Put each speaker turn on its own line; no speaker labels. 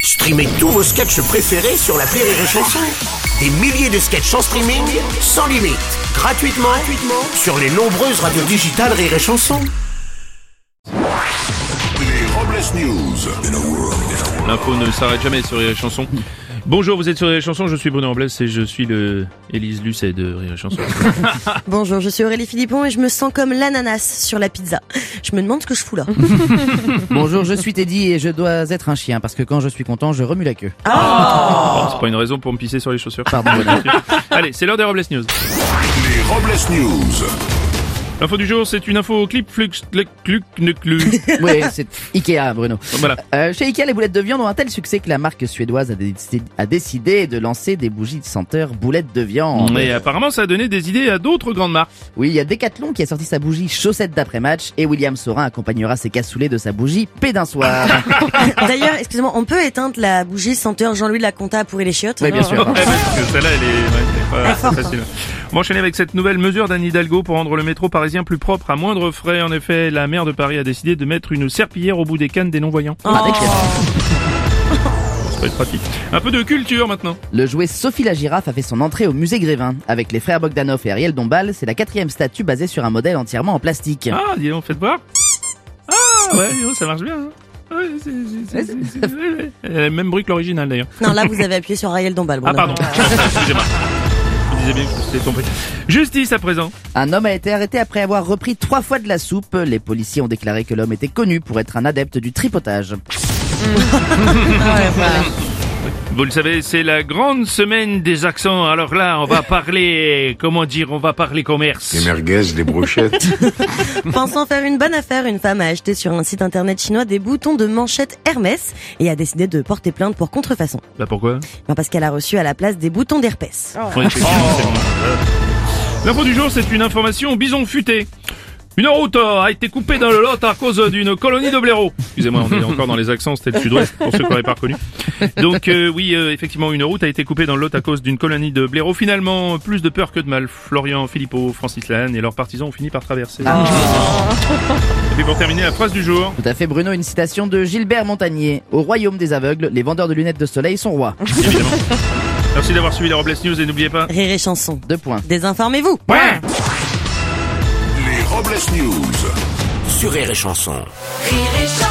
Streamez tous vos sketchs préférés sur la Rire et Chanson. Des milliers de sketchs en streaming, sans limite, gratuitement, gratuitement sur les nombreuses radios digitales Rire et Chanson.
Les Robles News.
L'info ne s'arrête jamais sur Rire et Chanson. Bonjour, vous êtes sur Rire et Chanson, je suis Bruno Robles et je suis le Élise Lucet de Rire et Chanson.
Bonjour, je suis Aurélie Philippon et je me sens comme l'ananas sur la pizza. Je me demande ce que je fous là.
Bonjour, je suis Teddy et je dois être un chien parce que quand je suis content, je remue la queue.
Bon, c'est pas une raison pour me pisser sur les chaussures. Pardon. Allez, c'est l'heure des Robles News.
Les Robles News.
L'info du jour, c'est une info clip flux cluc cluc ne clu.
Oui, c'est Ikea, Bruno.
Voilà.
Euh, chez Ikea, les boulettes de viande ont un tel succès que la marque suédoise a, dé- a décidé de lancer des bougies de senteur boulettes de viande.
Mais apparemment, ça a donné des idées à d'autres grandes marques.
Oui, il y a Decathlon qui a sorti sa bougie chaussette d'après-match et William Sorin accompagnera ses cassoulets de sa bougie pédin soir.
D'ailleurs, excusez-moi, on peut éteindre la bougie senteur Jean-Louis de la Conta à pourrir les chiottes
oui, bien sûr.
Ouais, Eh ben, parce que Celle-là, elle est, ouais, elle est pas très facile. On va enchaîner avec cette nouvelle mesure d'Anne Hidalgo pour rendre le métro parisien plus propre à moindre frais. En effet, la maire de Paris a décidé de mettre une serpillière au bout des cannes des non-voyants.
Ah, d'accord.
Ça peut être pratique. Un peu de culture maintenant.
Le jouet Sophie la girafe a fait son entrée au musée Grévin. Avec les frères Bogdanov et Ariel Dombal, c'est la quatrième statue basée sur un modèle entièrement en plastique.
Ah, dis donc, faites voir. Ah, ouais, dis donc, ça marche bien. hein. Ouais, c'est- c'est- c'est- c'est- ouais, ouais. Elle a le même bruit que l'original d'ailleurs.
Non, là vous avez appuyé sur Ariel Dombal.
Ah,
Bruno.
pardon. Excusez-moi. Je disais bien que je m'étais trompé. Justice à présent.
Un homme a été arrêté après avoir repris trois fois de la soupe. Les policiers ont déclaré que l'homme était connu pour être un adepte du tripotage.
Vous le savez, c'est la grande semaine des accents. Alors là, on va parler, comment dire, on va parler commerce.
merguez, les brochettes.
Pensant faire une bonne affaire, une femme a acheté sur un site internet chinois des boutons de manchette Hermès et a décidé de porter plainte pour contrefaçon.
Bah pourquoi
Enfin, parce qu'elle a reçu à la place des boutons d'herpès.
Oh.
Ouais, effectivement, c'est bon. L'info du jour, c'est une information bison futé. Une route euh, a été coupée dans le Lot à cause d'une colonie de blaireaux. Excusez-moi, on est encore dans les accents, c'était le sud-ouest, pour ceux qui n'auraient pas reconnu. Donc euh, oui, euh, effectivement, une route a été coupée dans le Lot à cause d'une colonie de blaireaux. Finalement, plus de peur que de mal. Florian, Philippot, Francis Lalanne et leurs partisans ont fini par traverser. Et puis pour terminer, la phrase du jour.
Tout à fait, Bruno, une citation de Gilbert Montagnier. Au royaume des aveugles, les vendeurs de lunettes de soleil sont rois.
Évidemment. Merci d'avoir suivi les Robles News et n'oubliez pas...
Rire et chanson.
Deux points.
Désinformez-vous.
Les Robles News.
Sur Rire et Chanson.
Rire et chanson